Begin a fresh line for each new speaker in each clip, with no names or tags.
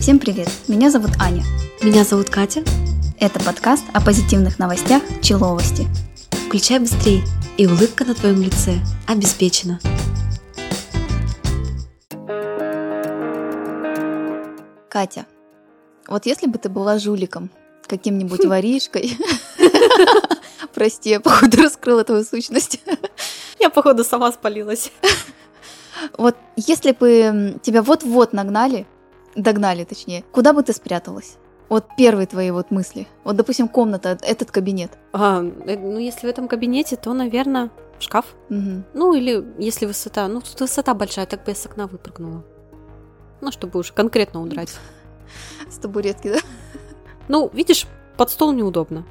Всем привет! Меня зовут Аня.
Меня зовут Катя.
Это подкаст о позитивных новостях Человости.
Включай быстрей, и улыбка на твоем лице обеспечена.
Катя, вот если бы ты была жуликом, каким-нибудь воришкой, прости, я походу раскрыла твою сущность.
Я, походу, сама спалилась.
Вот если бы м, тебя вот-вот нагнали, догнали точнее, куда бы ты спряталась? Вот первые твои вот мысли. Вот, допустим, комната, этот кабинет.
А, э, ну, если в этом кабинете, то, наверное, в шкаф.
Мгм.
Ну, или если высота. Ну, тут высота большая, так бы я с окна выпрыгнула. Ну, чтобы уж конкретно удрать.
С табуретки, да?
Ну, видишь, под стол неудобно.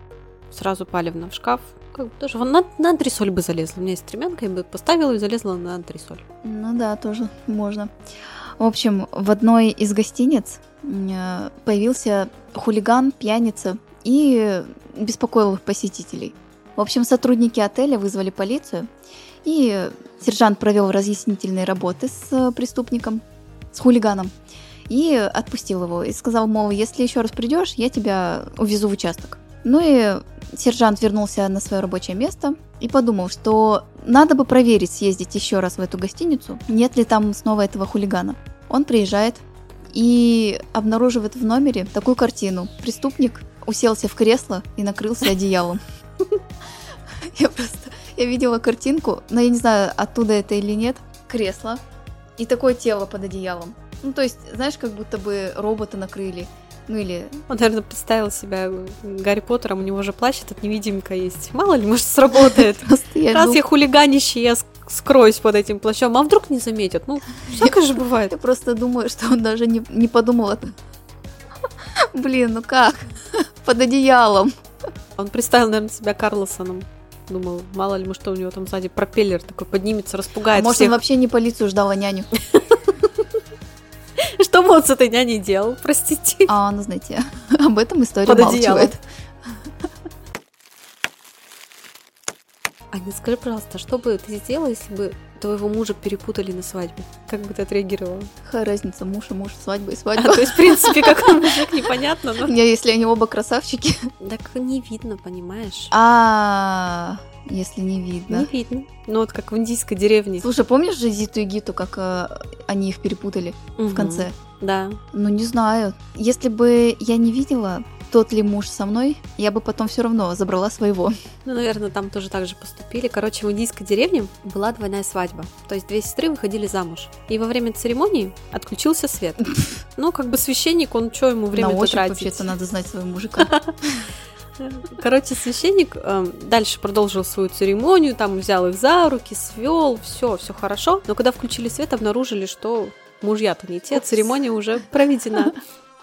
Сразу палевно в шкаф. Как бы даже вон на, на антресоль бы залезла. У меня есть стремянка, я бы поставила и залезла на антресоль.
Ну да, тоже можно. В общем, в одной из гостиниц м, э, появился хулиган, пьяница и беспокоил их посетителей. В общем, сотрудники отеля вызвали полицию, и сержант провел разъяснительные работы с э, преступником, с хулиганом, и отпустил его, и сказал, мол, если еще раз придешь, я тебя увезу в участок. Ну и сержант вернулся на свое рабочее место и подумал, что надо бы проверить, съездить еще раз в эту гостиницу, нет ли там снова этого хулигана. Он приезжает и обнаруживает в номере такую картину. Преступник уселся в кресло и накрылся одеялом. Я просто... Я видела картинку, но я не знаю, оттуда это или нет. Кресло и такое тело под одеялом. Ну, то есть, знаешь, как будто бы робота накрыли. Ну, или
Он, наверное, представил себя Э, Гарри Поттером, у него же плащ этот невидимка есть. Мало ли, может, сработает.
просто я
Раз
иду.
я хулиганище, я ск- скроюсь под этим плащом, а вдруг не заметят? Ну, всякое же бывает.
Я просто думаю, что он даже не, не подумал это. Блин, ну как? Под одеялом.
Он представил, наверное, себя Карлосоном. Думал, мало ли, может, у него там сзади пропеллер такой
А
поднимется, распугает
может, он
всех.
вообще не полицию ждал, а няню.
Что бы он с этой няней делал, простите?
А она, знаете, об этом история
Под одеялом.
умалчивает.
Аня, скажи, пожалуйста, что бы ты сделала, если бы твоего мужа перепутали на свадьбе? Как бы ты отреагировала?
Какая разница, муж и муж, свадьба и
А,
свадьба.
то есть, в принципе, как он мужик, непонятно, но...
Не, если они оба красавчики.
Так не видно, понимаешь?
А, если не видно.
Не видно. Ну, вот как в индийской деревне.
Слушай, помнишь же Зиту и Гиту, как э, они их перепутали в
Мгм.
конце?
Да.
Ну, не знаю. Если бы я не видела, тот ли муж со мной, я бы потом все равно забрала своего.
Ну, наверное, там тоже так же поступили. Короче, в индийской деревне была двойная свадьба. То есть две сестры выходили замуж. И во время церемонии отключился свет. Ну, как бы священник, он что ему
На
время
ощупь
тратить?
вообще-то надо знать своего мужика.
Короче, священник эм, дальше продолжил свою церемонию, там взял их за руки, свел, все, все хорошо. Но когда включили свет, обнаружили, что мужья-то не те,
Упс.
церемония уже проведена.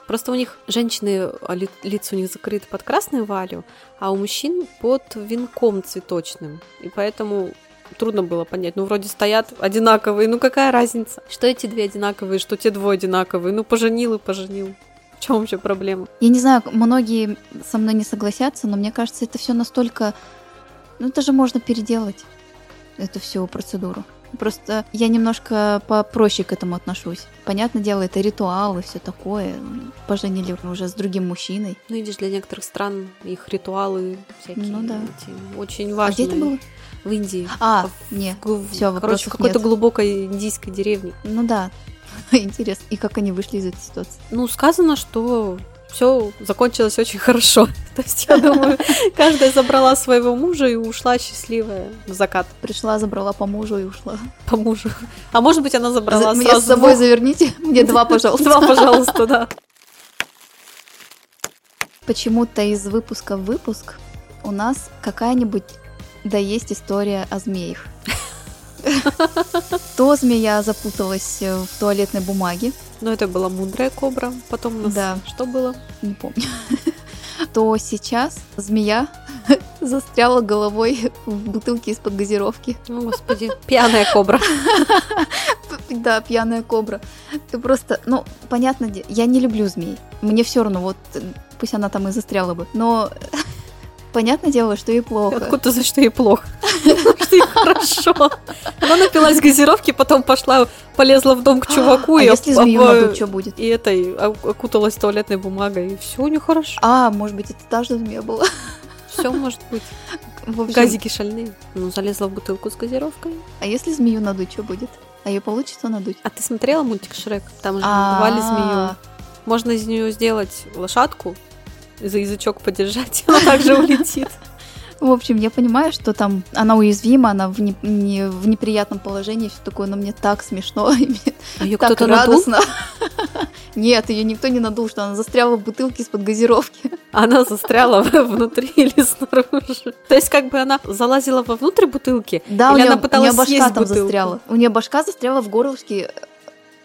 Просто у них женщины, а, ли- лица у них закрыты под красной валью, а у мужчин под венком цветочным. И поэтому трудно было понять. Ну, вроде стоят одинаковые, ну какая разница? Что эти две одинаковые, что те двое одинаковые? Ну, поженил и поженил. В чем вообще проблема?
Я не знаю, многие со мной не согласятся, но мне кажется, это все настолько... Ну, это же можно переделать, эту всю процедуру. Просто я немножко попроще к этому отношусь. Понятное дело, это ритуалы, все такое. Поженили уже с другим мужчиной.
Ну, видишь, для некоторых стран их ритуалы всякие
Ну да.
эти очень
А
важные.
где это было?
В Индии.
А,
В
не.
глу-
всё,
Короче,
вопросов
в какой-то
нет.
глубокой индийской деревне.
Ну да. Интересно. И как они вышли из этой ситуации?
Ну, сказано, что все закончилось очень хорошо. То есть, я думаю, каждая забрала своего мужа и ушла счастливая в закат
Пришла, забрала по мужу и ушла.
по мужу. А может быть, она забрала
За- Меня
сразу
с собой
двух.
заверните. Мне два, пожалуйста.
Два, пожалуйста, да.
Почему-то из выпуска в выпуск у нас какая-нибудь да есть история о змеях. То змея запуталась э, в туалетной бумаге,
Но это была мудрая кобра. Потом у нас
Да.
что было?
не помню. То сейчас змея застряла головой в бутылке из-под газировки.
О, Ну, господи, пьяная кобра.
Да, пьяная кобра. Ты просто, ну, понятно, я не люблю змей. Мне все равно, вот э, пусть она там и застряла бы. Но понятное дело, что ей плохо.
Откуда ты знаешь, что ей плохо? кажется, ей хорошо. Она напилась газировки, потом пошла, полезла в дом к чуваку
А
и
если
об-
змею
об-
надуть, что будет?
и этой о- окуталась туалетной бумагой, и все у нее хорошо.
А, может быть, это та же змея была.
Все может быть.
В общем,
Газики шальные. Ну, залезла в бутылку с газировкой.
А если змею надуть, что будет? А ее получится надуть?
А ты смотрела мультик Шрек? Там же
А,
надували змею. Можно из нее сделать лошадку, за язычок подержать, она также улетит.
В общем, я понимаю, что там она уязвима, она в, не- не- в неприятном положении, все такое, но мне так смешно, и мне
А ее
так
кто-то надул?
радостно. Нет, ее никто не надул, что она застряла в бутылке из-под газировки.
Она застряла внутри или снаружи. То есть как бы она залазила вовнутрь бутылки,
Да,
Или
у нее,
она пыталась
башка
съесть
там
бутылку.
застряла. У нее башка застряла в горлышке.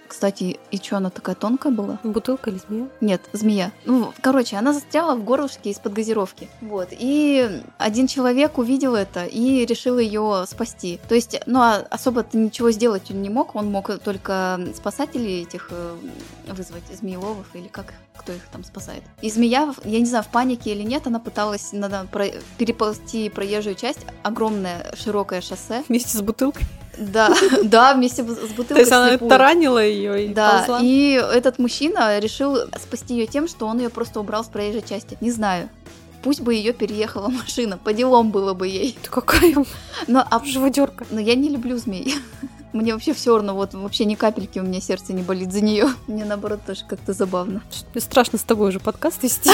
Кстати, и что, она такая тонкая была?
бутылка или змея?
Нет, змея. Ну, короче, она застряла в горлышке из-под газировки. Вот. И один человек увидел это и решил ее спасти. То есть, ну, а особо-то ничего сделать он не мог. Он мог только спасателей этих э, вызвать, змееловов или как, кто их там спасает. И змея, в- я не знаю, в панике или нет, она пыталась надо, про- переползти проезжую часть. Огромное широкое шоссе.
Вместе с бутылкой.
Да, да, вместе с бутылкой
То есть она
вслепую.
таранила ее и
Да,
ползла.
и этот мужчина решил спасти ее тем, что он ее просто убрал с проезжей части. Не знаю. Пусть бы ее переехала машина, по делам было бы ей.
Ты какая
Но, а-
живодерка.
но я не люблю змей. Мне вообще все равно, вот вообще ни капельки у меня сердце не болит за нее. Мне наоборот тоже как-то забавно.
Мне страшно с тобой уже подкаст вести.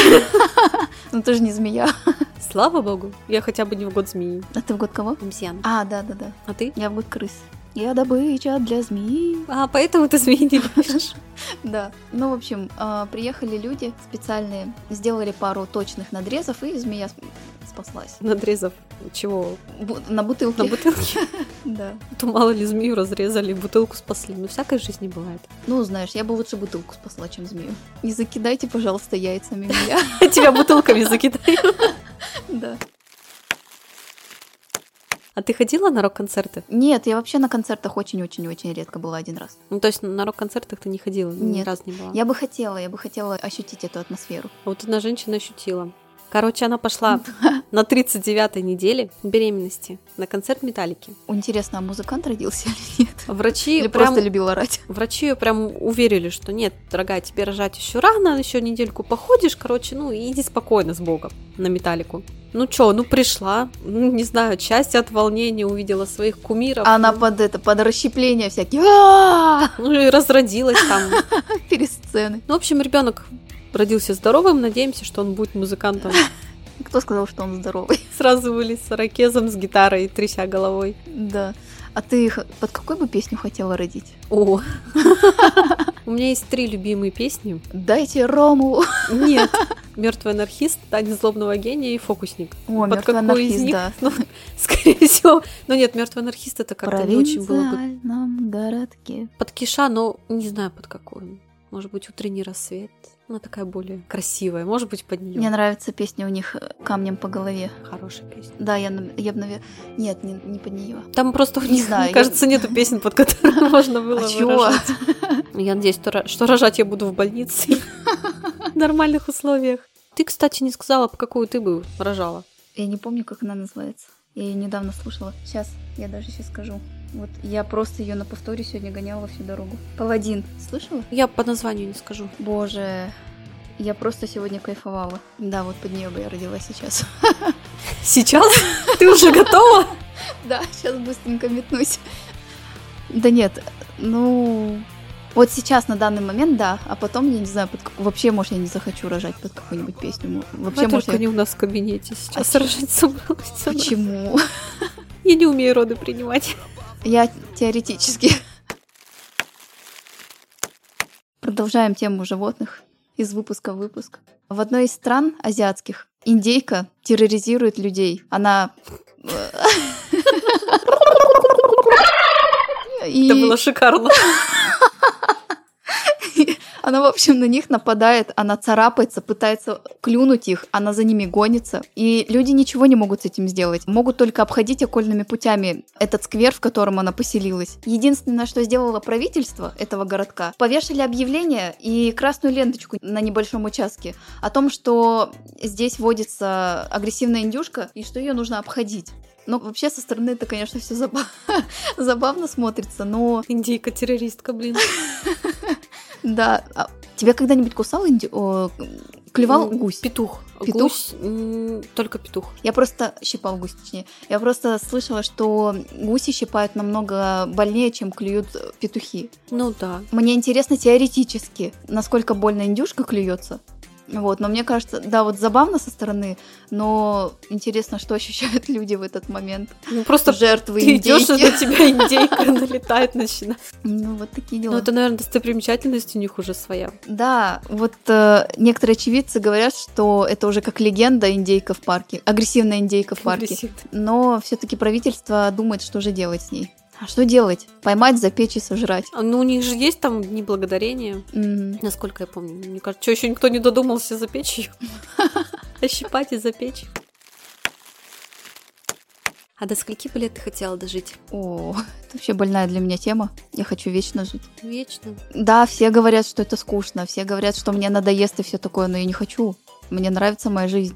Но ты же Ну, не змея.
Слава богу, я хотя бы не в год змеи.
А ты в год кого?
Обезьян.
А, да-да-да.
А ты?
Я в год крыс. Я добыча для змеи.
А, поэтому ты змеи не любишь.
Да. Ну, в общем, а, приехали люди специальные, сделали пару точных надрезов, и змея с- спаслась.
Надрезов чего?
Бу- на бутылке.
На бутылке?
Да.
То мало ли змею разрезали, бутылку спасли. Ну, всякой жизни бывает.
Ну, знаешь, я бы лучше бутылку спасла, чем змею. Не закидайте, пожалуйста, яйцами меня.
Тебя бутылками закидают.
Да.
А ты ходила на рок-концерты?
Нет, я вообще на концертах очень-очень-очень редко была один раз.
Ну, то есть на рок-концертах ты не ходила? Ни
Нет.
разу не была?
Я бы хотела, я бы хотела ощутить эту атмосферу.
А Вот одна женщина ощутила. Короче, она пошла на 39-й неделе беременности на концерт Металлики.
Интересно, а музыкант родился или нет?
Врачи
Или
прям...
просто любил орать?
Врачи ее прям уверили, что нет, дорогая, тебе рожать еще рано, еще недельку походишь, короче, ну и иди спокойно с Богом на металлику. Ну чё, ну пришла, ну не знаю, счастье от волнения увидела своих кумиров.
А Она под это, под расщепление всякие «Ааа!»
Ну и разродилась там.
пересцены.
Ну, в общем, ребенок родился здоровым, надеемся, что он будет музыкантом.
Кто сказал, что он здоровый?
Сразу вылез с ракезом, с гитарой, тряся головой.
Да. А ты х- под какую бы песню хотела родить?
О! У меня есть три любимые песни.
Дайте Рому.
Нет. Мертвый анархист, Таня злобного гения и фокусник.
О,
Под
«Мертвый
какую
анархист»,
из них?
да.
Ну, скорее всего. Ну нет, мертвый анархист это как-то не очень было бы.
провинциальном городке.
Под киша, но не знаю под какую. Может быть, утренний рассвет. Она такая более красивая. Может быть, под нее.
Мне нравится песня у них э, «Камнем по голове».
Хорошая песня.
Да, я, на- я бы, навер- Нет, не, не под нее.
Там просто у
Не
них,
знаю,
мне
я-
кажется, нету песен, под которые можно было
А чё?
выражать. Я надеюсь, что ра- что рожать я буду в больнице в нормальных условиях. Ты, кстати, не сказала, по какую ты бы рожала.
Я не помню, как она называется. Я ее недавно слушала. Сейчас, я даже сейчас скажу. Вот я просто ее на повторе сегодня гоняла всю дорогу. Паладин. Слышала?
Я по названию не скажу.
Боже, я просто сегодня кайфовала. Да, вот под нее бы я родилась сейчас.
Сейчас? Ты уже готова?
Да, сейчас быстренько метнусь. Да нет, ну... Вот сейчас, на данный момент, да. А потом, я не знаю, под как- вообще, может, я не захочу рожать под какую-нибудь песню. М- Вообще,
Вообще,
может,
только
я...
не у нас в кабинете сейчас
А
рожать собралась. она.
Почему?
Я не умею роды принимать.
Я теоретически. Продолжаем тему животных из выпуска в выпуск. В одной из стран азиатских индейка терроризирует людей. Она... э, И
Это было шикарно.
она, в общем, на них нападает, она царапается, пытается клюнуть их, она за ними гонится. И люди ничего не могут с этим сделать. Могут только обходить окольными путями этот сквер, в котором она поселилась. Единственное, что сделало правительство этого городка, повешали объявление и красную ленточку на небольшом участке о том, что здесь водится агрессивная индюшка и что ее нужно обходить. Ну, вообще, со стороны это, конечно, все забавно смотрится, но
Индейка-террористка, блин.
да. А Тебя когда-нибудь кусал инди- о, клевал
М,
гусь?
Петух.
Петух?
Гусь, м, только петух.
Я просто щипал гусь, точнее. Я просто слышала, что гуси щипают намного больнее, чем клюют э, петухи.
Ну да.
Мне интересно теоретически, насколько больно индюшка клюется. Вот, но мне кажется, да, вот забавно со стороны, но интересно, что ощущают люди в этот момент.
Ну просто
Жертвы
ты идешь,
индейки.
а на тебя индейка налетает начинает.
Ну, вот такие дела.
Ну это, наверное, достопримечательность у них уже своя.
Да, вот э, некоторые очевидцы говорят, что это уже как легенда индейка в парке, агрессивная индейка в парке.
Висит.
Но все-таки правительство думает, что же делать с ней. А что делать? Поймать, запечь и сожрать.
А, Ну у них же есть там дни благодарения.
М,
Насколько я помню, мне кажется, что еще никто не додумался запечь ее. Ощипать и запечь.
А до скольки бы лет ты хотела дожить?
О, это вообще больная для меня тема. Я хочу вечно жить.
Вечно.
Да, все говорят, что это скучно, все говорят, что мне надоест и все такое, но я не хочу. Мне нравится моя жизнь.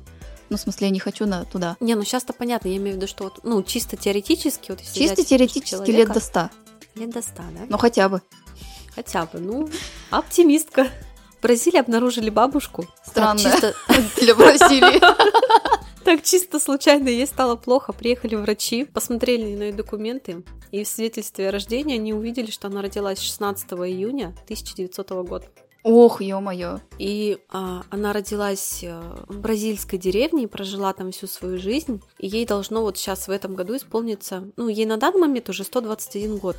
Ну, в смысле, я не хочу на туда.
Не, ну сейчас-то понятно, я имею в виду, что вот, ну, чисто теоретически, вот если
Чисто
взять
теоретически лет
человека-
до ста.
лет до 100, да?
Ну, хотя бы.
Хотя бы, ну, оптимистка. В Бразилии обнаружили бабушку.
Странно.
Так чисто,
Для Бразилии.
так чисто случайно ей стало плохо. Приехали врачи, посмотрели на ее документы, и в свидетельстве о рождении они увидели, что она родилась 16 июня 1900 года.
Ох, ё-моё.
И а, она родилась э, в бразильской деревне и прожила там всю свою жизнь. И ей должно вот сейчас в этом году исполниться, ну, ей на данный момент уже 121 год.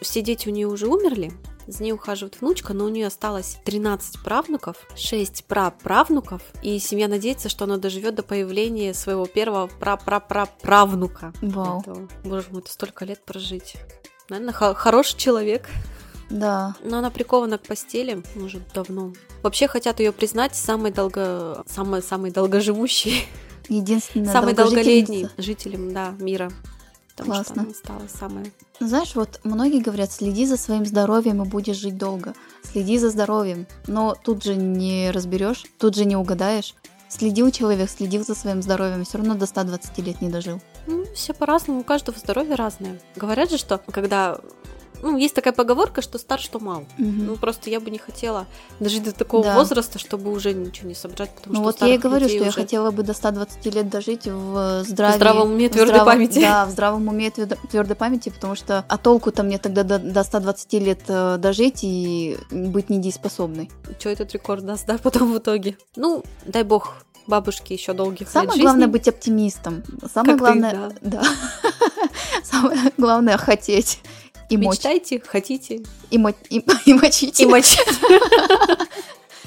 Все дети у нее уже умерли, за ней ухаживает внучка, но у нее осталось 13 правнуков, 6 праправнуков, и семья надеется, что она доживет до появления своего первого прапраправнука.
Вау.
Это, боже мой, это столько лет прожить. Наверное, хо- хороший человек.
Да.
Но она прикована к постели уже давно. Вообще хотят ее признать самой долго... самой, самой долгоживущей,
Единственная
самой долголетней
долголетний.
жителем да, мира. Потому
Классно.
что она стала самой...
ну, Знаешь, вот многие говорят, следи за своим здоровьем и будешь жить долго. Следи за здоровьем. Но тут же не разберешь, тут же не угадаешь. Следил человек, следил за своим здоровьем, все равно до 120 лет не дожил.
Ну, все по-разному, у каждого здоровье разное. Говорят же, что когда... Ну, есть такая поговорка, что стар, что мал.
Мгм.
Ну, просто я бы не хотела дожить до такого
Да.
возраста, чтобы уже ничего не собрать, потому
Ну
что
вот я и
старых
говорю,
людей
что я
уже-
хотела бы до 120 лет дожить в здравии.
В здравом уме и
в
твердой
здравом-
памяти.
Да, в здравом уме и твер- твердой памяти, потому что а толку-то мне тогда до, до 120 лет э, дожить и быть недееспособной.
Что этот рекорд даст, да, потом в итоге. Ну, дай бог бабушке еще долгих лет
Самое
жизни.
главное быть оптимистом. Самое
Как ты,
главное, да. Самое главное хотеть и мочь.
Мечтайте, хотите,
И, мо- и- и мочите.
и мочите.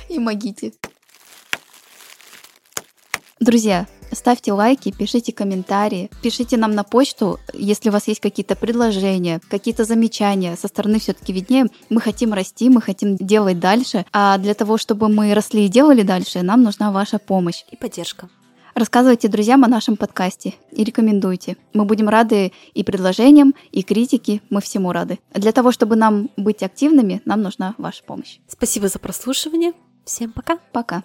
и могите. Друзья, ставьте лайки, пишите комментарии, пишите нам на почту, если у вас есть какие-то предложения, какие-то замечания. Со стороны все-таки виднее. Мы хотим расти, мы хотим делать дальше. А для того, чтобы мы росли и делали дальше, нам нужна ваша помощь.
И поддержка.
Рассказывайте друзьям о нашем подкасте и рекомендуйте. Мы будем рады и предложениям, и критике. Мы всему рады. Для того, чтобы нам быть активными, нам нужна ваша помощь.
Спасибо за прослушивание. Всем пока.
Пока.